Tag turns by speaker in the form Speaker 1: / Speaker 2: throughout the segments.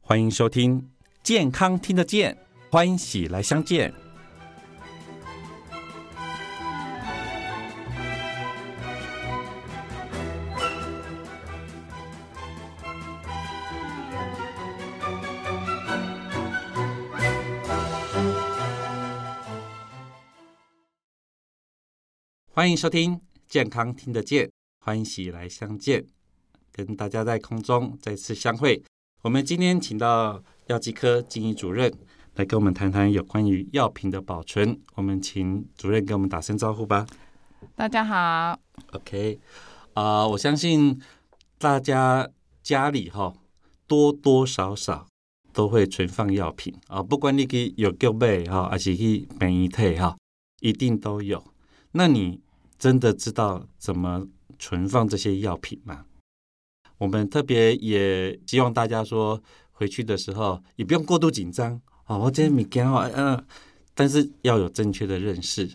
Speaker 1: 欢迎收听《健康听得见》，欢喜来相见。欢迎收听《健康听得见》，欢喜来相见，跟大家在空中再次相会。我们今天请到药剂科金怡主任来跟我们谈谈有关于药品的保存。我们请主任给我们打声招呼吧。
Speaker 2: 大家好，
Speaker 1: OK，啊、我相信大家家里哈多多少少都会存放药品啊、不管你去药局买哈，还是去便宜退哈，一定都有。那你真的知道怎么存放这些药品吗？我们特别也希望大家说，回去的时候也不用过度紧张啊、我今天米干哦，嗯、呃，但是要有正确的认识。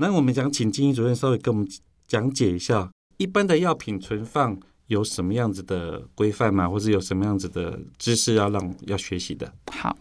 Speaker 1: 那我们想请金英主任稍微跟我们讲解一下，一般的药品存放有什么样子的规范吗？或是有什么样子的知识要让要学习的？
Speaker 2: 好。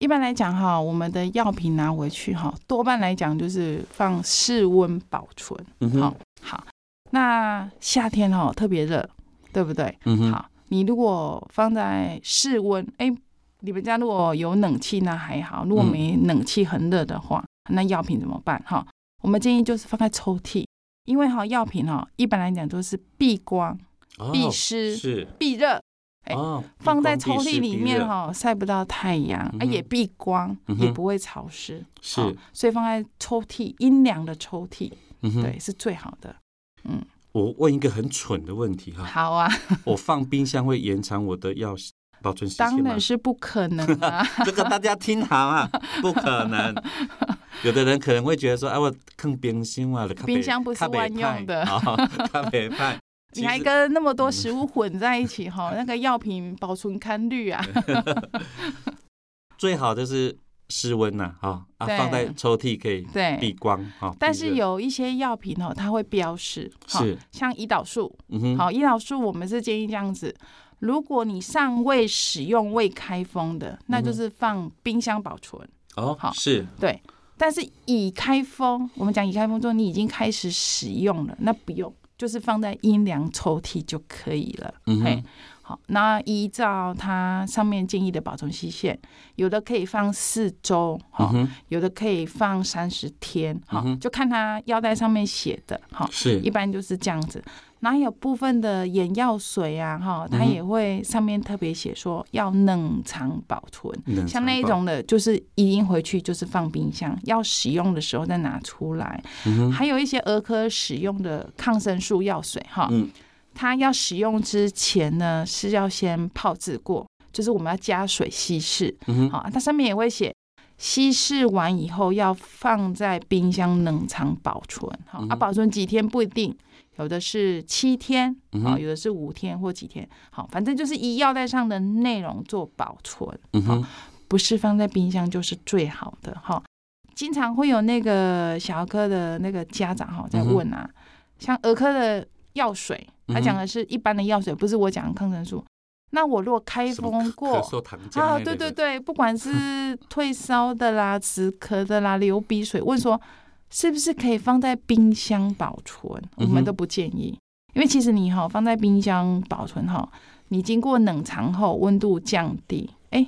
Speaker 2: 一般来讲哈，我们的药品拿回去哈，多半来讲就是放室温保存。
Speaker 1: 嗯
Speaker 2: 好，好，那夏天哈特别热，对不对？
Speaker 1: 嗯哼，
Speaker 2: 好，你如果放在室温，哎、你们家如果有冷气那还好，如果
Speaker 1: 嗯
Speaker 2: 没冷气很热的话，那药品怎么办？哈，我们建议就是放在抽屉，因为哈药品哈一般来讲都是避光、
Speaker 1: 哦
Speaker 2: 避湿、
Speaker 1: 是
Speaker 2: 避热，哎
Speaker 1: 哦，
Speaker 2: 放在
Speaker 1: 避
Speaker 2: 抽
Speaker 1: 光避
Speaker 2: 屉
Speaker 1: 湿
Speaker 2: 里
Speaker 1: 避
Speaker 2: 面哦
Speaker 1: 热
Speaker 2: 哈、晒不到太阳，
Speaker 1: 嗯
Speaker 2: 啊
Speaker 1: 哼
Speaker 2: 也避光，
Speaker 1: 嗯哼
Speaker 2: 也不会潮湿，
Speaker 1: 是
Speaker 2: 好，所以放在抽屉阴凉的抽屉，
Speaker 1: 嗯哼
Speaker 2: 对，是最好的。
Speaker 1: 我问一个很蠢的问题哈，
Speaker 2: 好啊，
Speaker 1: 我放冰箱会延长我的药保存时间吗？
Speaker 2: 当然是不可能啊，
Speaker 1: 这个大家听好 啊，不可能。有的人可能会觉得说，哎、我坑冰箱啊，较
Speaker 2: 冰箱不是
Speaker 1: 较
Speaker 2: 万
Speaker 1: 袂歹
Speaker 2: 用的
Speaker 1: 哦， 咖啡派。
Speaker 2: 你 还
Speaker 1: 其实嗯
Speaker 2: 跟那么多食物混在一 起哈、那个药品保存堪虑啊，
Speaker 1: 最好就是室温呐、哈、啊，
Speaker 2: 对
Speaker 1: 放在抽屉可以避
Speaker 2: 对。
Speaker 1: 光哈、哦
Speaker 2: 但是
Speaker 1: 避热
Speaker 2: 有一些药品哦，它会标示，哈
Speaker 1: 是
Speaker 2: 像胰岛素，
Speaker 1: 嗯哼，
Speaker 2: 好，胰岛素我们是建议这样子：如果你尚未使用、未开封的，
Speaker 1: 嗯
Speaker 2: 那就是放冰箱保存。
Speaker 1: 哦
Speaker 2: 好
Speaker 1: 是
Speaker 2: 对，但是已开封，我们讲已开封之后，你已经开始使用了，那不用，就是放在阴凉抽屉就可以了。
Speaker 1: 嗯哼
Speaker 2: 嘿，好，那依照它上面建议的保存期限，有的可以放四周，
Speaker 1: 嗯
Speaker 2: 哈、
Speaker 1: 哼
Speaker 2: 有的可以放三十天，哈、
Speaker 1: 嗯哼
Speaker 2: 就看它腰带上面写的，哈、一
Speaker 1: 是
Speaker 2: 般就是这样子。然后有部分的眼药水啊，哈，它
Speaker 1: 嗯哼
Speaker 2: 也会上面特别写说要冷藏保存，
Speaker 1: 冷
Speaker 2: 像
Speaker 1: 藏
Speaker 2: 那一
Speaker 1: 包
Speaker 2: 种的，就是一定回去就是放冰箱，要使用的时候再拿出来。
Speaker 1: 嗯哼
Speaker 2: 还有一些儿科使用的抗生素药水哈，
Speaker 1: 嗯
Speaker 2: 它要使用之前呢是要先泡制过，就是我们要加水稀释。
Speaker 1: 嗯哼
Speaker 2: 好，它上面也会写。稀释完以后要放在冰箱冷藏保存，哈、
Speaker 1: 嗯
Speaker 2: 啊，
Speaker 1: 哼
Speaker 2: 保存几天不一定，有的是七天，
Speaker 1: 嗯
Speaker 2: 啊、
Speaker 1: 哼
Speaker 2: 有的是五天或几天，好，反正就是以药袋上的内容做保存。
Speaker 1: 嗯哼
Speaker 2: 不是放在冰箱就是最好的哈。经常会有那个小儿科的那个家长哈在问啊，像儿科的药水，
Speaker 1: 嗯嗯哼
Speaker 2: 他讲的是一般的药水，不是我讲的抗生素。那我如果开
Speaker 1: 什么
Speaker 2: 封
Speaker 1: 咳
Speaker 2: 过
Speaker 1: 嗽糖浆
Speaker 2: 啊，
Speaker 1: 那
Speaker 2: 对
Speaker 1: 类
Speaker 2: 对
Speaker 1: 的
Speaker 2: 对，不管 是退烧的啦、止咳的啦、流鼻水，问说是不是可以放在冰箱保存，我
Speaker 1: 嗯哼
Speaker 2: 们都不建议，因为其实你哈、放在冰箱保存哈、你经过冷藏后温度降低，哎，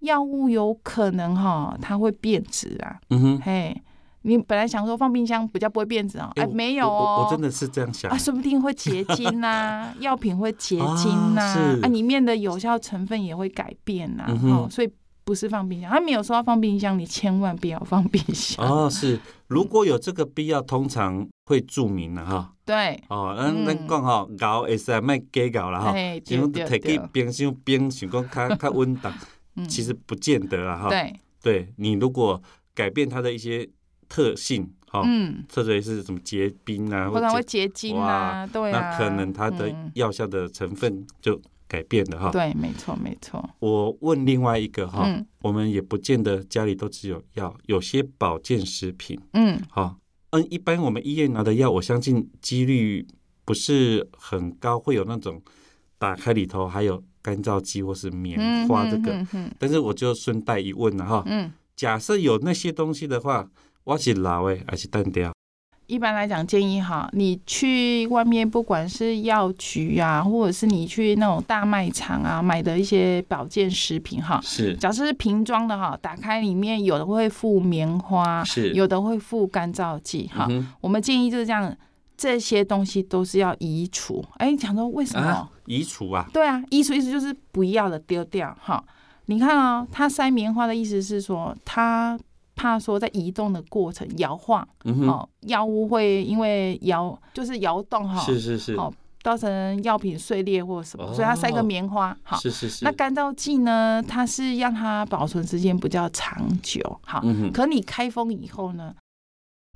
Speaker 2: 药物有可能哈、它会变质啊，
Speaker 1: 嗯哼
Speaker 2: 嘿，你本来想说放冰箱比较不会变质哦，哎，
Speaker 1: 我
Speaker 2: 没有
Speaker 1: 我
Speaker 2: 哦，
Speaker 1: 我我真的是这样想
Speaker 2: 啊，说不定会结晶 呐、药品会结晶呐、
Speaker 1: 啊
Speaker 2: 啊
Speaker 1: 是
Speaker 2: 里面的有效成分也会改变呐、
Speaker 1: 嗯哼
Speaker 2: 哦，所以不是放冰箱，他没有说要放冰箱，你千万不要放冰箱。
Speaker 1: 哦是如果有这个必要，通常会注明啊了哈。
Speaker 2: 对，
Speaker 1: 哦，咱咱
Speaker 2: 嗯
Speaker 1: 讲吼，熬会使卖假熬啦吼，
Speaker 2: 哎、
Speaker 1: 想
Speaker 2: 对
Speaker 1: 讲
Speaker 2: 对
Speaker 1: 摕去
Speaker 2: 对，
Speaker 1: 冰箱冰，想讲较较温当，
Speaker 2: 嗯
Speaker 1: 其实不见得啦哈。
Speaker 2: 对，
Speaker 1: 对你如果改变它的一些特性，哈，
Speaker 2: 嗯，
Speaker 1: 特别是什么结冰啊，
Speaker 2: 不
Speaker 1: 或
Speaker 2: 然会
Speaker 1: 者
Speaker 2: 结晶啊，对啊，
Speaker 1: 那可能它的
Speaker 2: 嗯
Speaker 1: 药效的成分就改变了哈。
Speaker 2: 对，没错没错，
Speaker 1: 我问另外一个哈，
Speaker 2: 嗯
Speaker 1: 我们也不见得家里都只有药，有些保健食品。
Speaker 2: 嗯，
Speaker 1: 好，嗯，一般我们医院拿的药，我相信几率不是很高，会有那种打开里头还有干燥剂或是棉
Speaker 2: 嗯，
Speaker 1: 花这个。
Speaker 2: 嗯嗯
Speaker 1: 但是我就顺带一问了哈，
Speaker 2: 嗯，
Speaker 1: 假设有那些东西的话，我是老诶还是淡掉？
Speaker 2: 一般来讲，建议哈，你去外面，不管是药局啊，或者是你去那种大卖场啊，买的一些保健食品哈，
Speaker 1: 是
Speaker 2: 假设是瓶装的哈，打开里面有的会附棉花，
Speaker 1: 是
Speaker 2: 有的会附干燥剂哈。
Speaker 1: 嗯哼
Speaker 2: 我们建议就是这样，这些东西都是要移除。哎，讲说为什么？
Speaker 1: 啊，移除啊，
Speaker 2: 对啊，移除意思就是不要的丢掉哈。你看哦，它塞棉花的意思是说，它怕说在移动的过程摇晃、
Speaker 1: 嗯哼，
Speaker 2: 哦，药物会因为摇就是摇动哈，
Speaker 1: 是是是，
Speaker 2: 好造成药品碎裂或什么，所以它塞个
Speaker 1: 哦
Speaker 2: 棉花好。
Speaker 1: 是是是，
Speaker 2: 那干燥剂呢？它是让它保存时间比较长久，好。
Speaker 1: 嗯哼
Speaker 2: 可你开封以后呢，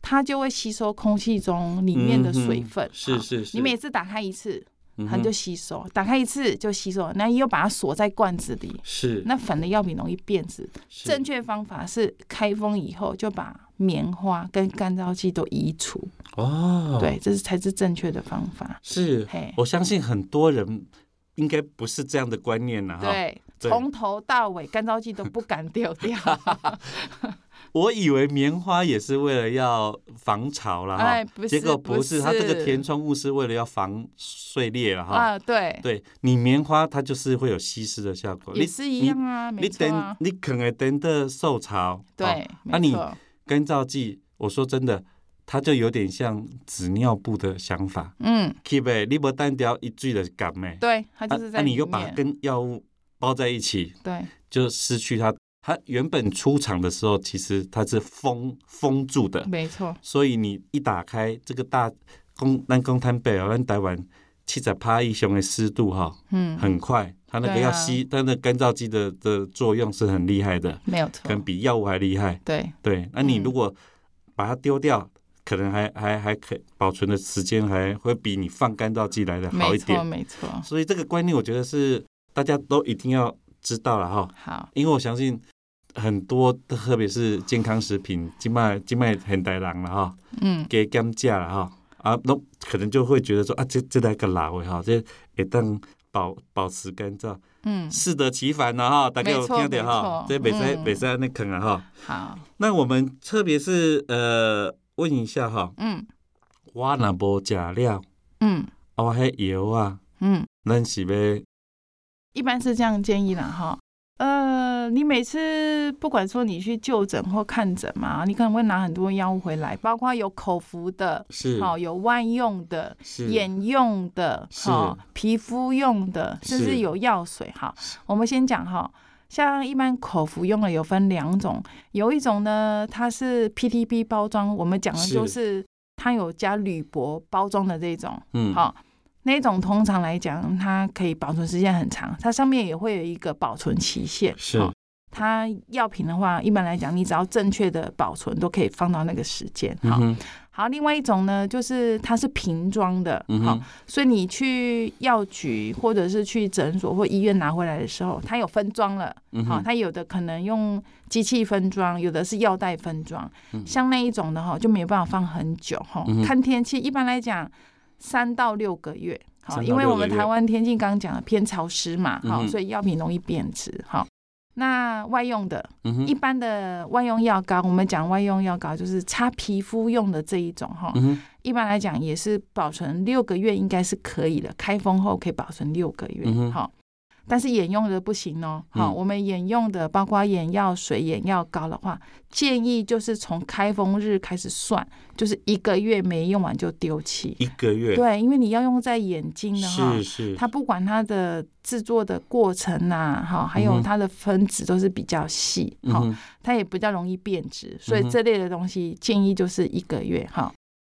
Speaker 2: 它就会吸收空气中里面的水分
Speaker 1: 嗯哼，是
Speaker 2: 好
Speaker 1: 是是，
Speaker 2: 你每次打开一次，
Speaker 1: 嗯
Speaker 2: 它
Speaker 1: 哼
Speaker 2: 就吸收；打开一次就吸收，那又把它锁在罐子里，
Speaker 1: 是
Speaker 2: 那反的药品容易变质。
Speaker 1: 是
Speaker 2: 正确方法是开封以后就把棉花跟干燥剂都移除，
Speaker 1: 哦，
Speaker 2: 对，这是才是正确的方法。
Speaker 1: 是
Speaker 2: 嘿，
Speaker 1: 我相信很多人应该不是这样的观念了哈。
Speaker 2: 对，
Speaker 1: 哦对
Speaker 2: 从头到尾干燥剂都不 敢丢掉。
Speaker 1: 我以为棉花也是为了要防潮了哈
Speaker 2: 哎，，不是，
Speaker 1: 结果不
Speaker 2: 是，
Speaker 1: 是，它这个填充物是为了要防碎裂了哈。
Speaker 2: 啊，对，
Speaker 1: 对你棉花它就是会有吸湿的效果，
Speaker 2: 也
Speaker 1: 你
Speaker 2: 是一样啊，没
Speaker 1: 你
Speaker 2: 错
Speaker 1: 等
Speaker 2: 啊，
Speaker 1: 你可能等的受潮，哦
Speaker 2: 对，
Speaker 1: 啊
Speaker 2: 没
Speaker 1: 你
Speaker 2: 错，
Speaker 1: 干燥剂，我说真的，它就有点像纸尿布的想法
Speaker 2: 嗯，
Speaker 1: ，keep 你不单掉一句的感哎，
Speaker 2: 对，它
Speaker 1: 啊
Speaker 2: 就是
Speaker 1: 啊
Speaker 2: 在
Speaker 1: 你
Speaker 2: 里
Speaker 1: 又把它
Speaker 2: 面，
Speaker 1: 跟药物包在一起，
Speaker 2: 对，
Speaker 1: 就失去它。它原本出厂的时候，其实它是封封住的，
Speaker 2: 没错，
Speaker 1: 所以你一打开这个大公咱公摊北啊，咱台湾七十趴以上的湿度哈，
Speaker 2: 嗯，
Speaker 1: 很快，它那个
Speaker 2: 对啊
Speaker 1: 要吸，它那个干燥剂的的作用是很厉害的，
Speaker 2: 没有
Speaker 1: 可
Speaker 2: 错，
Speaker 1: 能比药物还厉害。
Speaker 2: 对，
Speaker 1: 对，那你
Speaker 2: 嗯
Speaker 1: 如果把它丢掉，可能还还还可保存的时间还会比你放干燥剂来的好
Speaker 2: 没
Speaker 1: 一
Speaker 2: 错，
Speaker 1: 点。
Speaker 2: 没错，
Speaker 1: 所以这个观念，我觉得是大家都一定要知道了哈，
Speaker 2: 好，
Speaker 1: 因为我相信。很多，特别是健康食品，今麦今麦很大人了哈，
Speaker 2: 嗯，
Speaker 1: 加减价了哈，啊，那可能就会觉得说啊，这这来个老的哈，这也当保保持干燥，
Speaker 2: 嗯，
Speaker 1: 适得其反了哈，大家有
Speaker 2: 没错
Speaker 1: 听到哈，这
Speaker 2: 没错
Speaker 1: 北塞
Speaker 2: 嗯
Speaker 1: 北塞那坑啊哈。
Speaker 2: 好，
Speaker 1: 那我们特别是呃，问一下哈，
Speaker 2: 嗯，
Speaker 1: 我若无食了，
Speaker 2: 嗯，
Speaker 1: 啊我迄药啊，
Speaker 2: 嗯，
Speaker 1: 咱是要
Speaker 2: 一般是这样建议啦，哈。呃，你每次不管说你去就诊或看诊嘛，你可能会拿很多药物回来，包括有口服的，
Speaker 1: 是
Speaker 2: 好、有外用的，
Speaker 1: 是
Speaker 2: 眼用的，
Speaker 1: 是
Speaker 2: 哈、皮肤用的，甚
Speaker 1: 是
Speaker 2: 至有药水哈。我们先讲哈，像一般口服用的有分两种，有一种呢，它是 PTB 包装，我们讲的就是它有加铝箔包装的这种，
Speaker 1: 嗯
Speaker 2: 好、那种通常来讲，它可以保存时间很长，它上面也会有一个保存期限。
Speaker 1: 是
Speaker 2: 哈它药品的话，一般来讲，你只要正确的保存，都可以放到那个时间。
Speaker 1: 嗯
Speaker 2: 好，
Speaker 1: 哼
Speaker 2: 好，另外一种呢，就是它是瓶装的，
Speaker 1: 嗯
Speaker 2: 好、
Speaker 1: 哼
Speaker 2: 所以你去药局或者是去诊所或医院拿回来的时候，它有分装了，
Speaker 1: 嗯
Speaker 2: 好、
Speaker 1: 哼
Speaker 2: 它有的可能用机器分装，有的是药袋分装，
Speaker 1: 嗯
Speaker 2: 像那一种的哈就没有办法放很久哈、
Speaker 1: 嗯哼
Speaker 2: 看天气，一般来讲三到六个月，好，
Speaker 1: 3
Speaker 2: 因为
Speaker 1: 到6
Speaker 2: 我们
Speaker 1: 个月
Speaker 2: 台湾天气刚刚讲的偏潮湿嘛，
Speaker 1: 嗯
Speaker 2: 好、
Speaker 1: 哼
Speaker 2: 所以药品容易变质，好、那外用的，
Speaker 1: 嗯哼
Speaker 2: 一般的外用药膏，我们讲外用药膏就是擦皮肤用的这一种哈，
Speaker 1: 嗯哼
Speaker 2: 一般来讲也是保存六个月应该是可以的，开封后可以保存六个月
Speaker 1: 嗯哼
Speaker 2: 哈。但是眼用的不行哦，好，
Speaker 1: 嗯
Speaker 2: 我们眼用的包括眼药水、眼药膏的话，建议就是从开封日开始算，就是一个月没用完就丢弃。
Speaker 1: 一个月
Speaker 2: 对，因为你要用在眼睛的哈
Speaker 1: 是，是
Speaker 2: 它不管它的制作的过程呐、哈，还
Speaker 1: 嗯
Speaker 2: 有
Speaker 1: 哼
Speaker 2: 它的分子都是比较细，
Speaker 1: 嗯
Speaker 2: 哈、
Speaker 1: 哼
Speaker 2: 它也比较容易变质，所以
Speaker 1: 嗯哼
Speaker 2: 这类的东西建议就是一个月哈。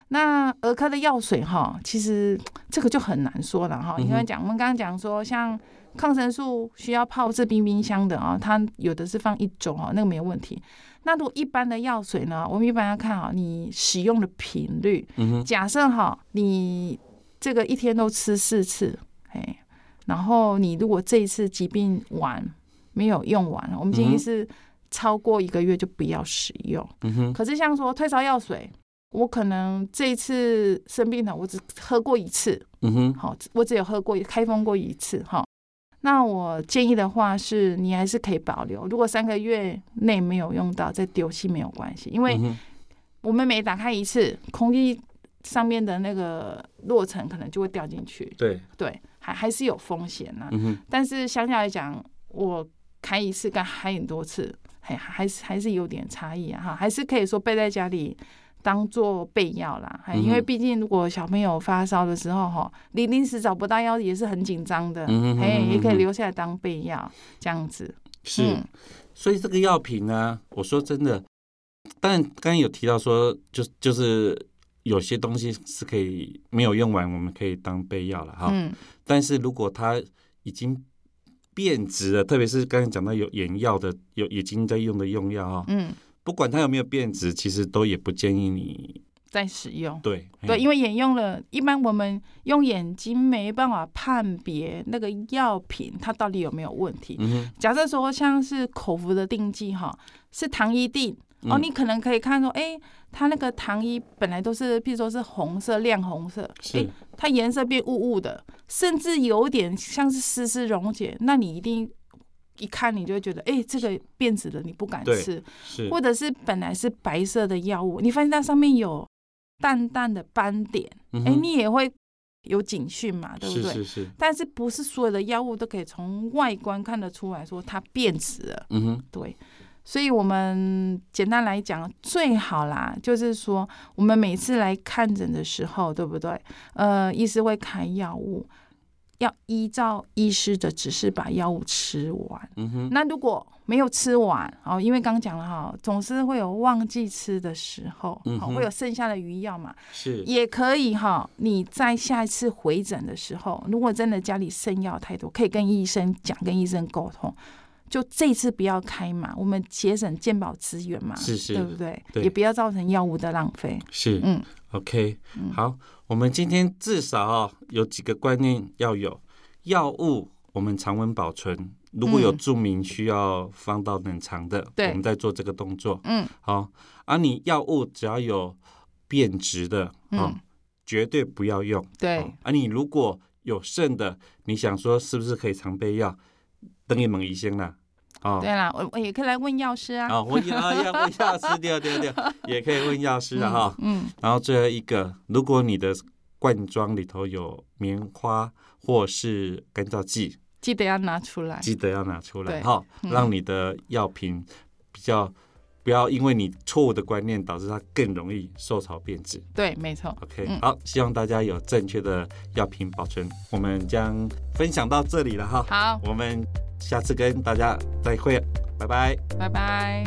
Speaker 2: 那儿科的药水哈，其实这个就很难说了哈，
Speaker 1: 嗯哼
Speaker 2: 因为讲我们刚刚讲说，像抗生素需要泡制冰冰箱的啊，它有的是放一周哈，那个没有问题。那如果一般的药水呢，我们一般要看哈你使用的频率，
Speaker 1: 嗯哼
Speaker 2: 假设哈，你这个一天都吃四次，哎，然后你如果这一次疾病完没有用完，我们建
Speaker 1: 嗯
Speaker 2: 议
Speaker 1: 哼
Speaker 2: 是超过一个月就不要使用。
Speaker 1: 嗯哼
Speaker 2: 可是像说退烧药水，我可能这一次生病了，我只喝过一次，
Speaker 1: 嗯哼
Speaker 2: 好，我只有喝过开封过一次哈。那我建议的话是，你还是可以保留。如果三个月内没有用到，再丢弃没有关系，因为
Speaker 1: 嗯哼
Speaker 2: 我们每打开一次，空气上面的那个落尘可能就会掉进去，
Speaker 1: 对，
Speaker 2: 对，还还是有风险呐、
Speaker 1: 嗯哼，
Speaker 2: 但是相较来讲，我开一次跟开很多次，还还是还是有点差异啊哈，还是可以说备在家里当做备药啦，还
Speaker 1: 嗯哼
Speaker 2: 因为毕竟如果小朋友发烧的时候哈，你临时找不到药也是很紧张的，
Speaker 1: 嗯哼哼
Speaker 2: 哎
Speaker 1: 哼，
Speaker 2: 也可以
Speaker 1: 哼
Speaker 2: 留下来当备药这样子，
Speaker 1: 是。
Speaker 2: 嗯
Speaker 1: 所以这个药品呢，我说真的，但刚刚有提到说，就就是有些东西是可以没有用完，我们可以当备药了哈。
Speaker 2: 嗯
Speaker 1: 但是如果它已经变质了，特别是刚才讲到有眼药的，有已经在用的用药哈，
Speaker 2: 嗯，
Speaker 1: 不管它有没有变质，其实都也不建议你
Speaker 2: 再使用。
Speaker 1: 对哎
Speaker 2: 对，因
Speaker 1: 为
Speaker 2: 为眼用了，一般我们用眼睛没办法判别那个药品它到底有没有问题。
Speaker 1: 嗯哼
Speaker 2: 假设说像是口服的定剂哈，是糖衣定
Speaker 1: 嗯
Speaker 2: 哦，你可能可以看说，哎、它那个糖衣本来都是，譬如说是红色、亮红色，哎、
Speaker 1: 是
Speaker 2: 它颜色变雾雾的，甚至有点像是丝丝溶解，那你一定一看你就会觉得，哎、这个变质了，你不敢
Speaker 1: 对
Speaker 2: 吃，
Speaker 1: 是
Speaker 2: 或者是本来是白色的药物，你发现它上面有淡淡的斑点，
Speaker 1: 嗯
Speaker 2: 哎、
Speaker 1: 哼
Speaker 2: 你也会有警讯嘛，对不对？
Speaker 1: 是是是
Speaker 2: 但是不是所有的药物都可以从外观看得出来说它变质了，
Speaker 1: 嗯哼
Speaker 2: 对。所以我们简单来讲，最好啦，就是说我们每次来看诊的时候，对不对？呃，医师会开药物，要依照医师的指示把药物吃完。
Speaker 1: 嗯哼
Speaker 2: 那如果没有吃完，哦，因为刚讲了哈，总是会有忘记吃的时候，
Speaker 1: 嗯
Speaker 2: 好、
Speaker 1: 哼
Speaker 2: 会有剩下的余药嘛，
Speaker 1: 是
Speaker 2: 也可以哈，你在下一次回诊的时候，如果真的家里剩药太多，可以跟医生讲，跟医生沟通，就这次不要开嘛，我们节省健保资源嘛，
Speaker 1: 是是
Speaker 2: 对不对？
Speaker 1: 对
Speaker 2: 也不要造成药物的浪费。
Speaker 1: 是
Speaker 2: 嗯
Speaker 1: OK，好，我们今天至少、哦、有几个观念要有。药物我们常温保存，如果有
Speaker 2: 嗯
Speaker 1: 注明需要放到冷藏的，
Speaker 2: 对
Speaker 1: 我们再做这个动作。
Speaker 2: 嗯，
Speaker 1: 好，而、你药物只要有变质的，哦，
Speaker 2: 嗯
Speaker 1: 绝对不要用。
Speaker 2: 对
Speaker 1: 哦，而、你如果有剩的，你想说是不是可以常备药？等一猛一先啦，哦，
Speaker 2: 对啦，我我也可以来问药师啊。
Speaker 1: 啊，问药啊，要问药师，对啊对对，也可以问药师啊，哈、
Speaker 2: 嗯，
Speaker 1: 然后最后一个，如果你的罐装里头有棉花或是干燥剂，
Speaker 2: 记得要拿出来。
Speaker 1: 记得要拿出来
Speaker 2: 对
Speaker 1: 哈，
Speaker 2: 嗯
Speaker 1: 让你的药品比较不要因为你错误的观念导致它更容易受潮变质。
Speaker 2: 对，没错。
Speaker 1: OK，、
Speaker 2: 嗯
Speaker 1: 好，希望大家有正确的药品保存。我们将分享到这里了哈，
Speaker 2: 好，
Speaker 1: 我们下次跟大家再会，拜拜。
Speaker 2: 拜拜。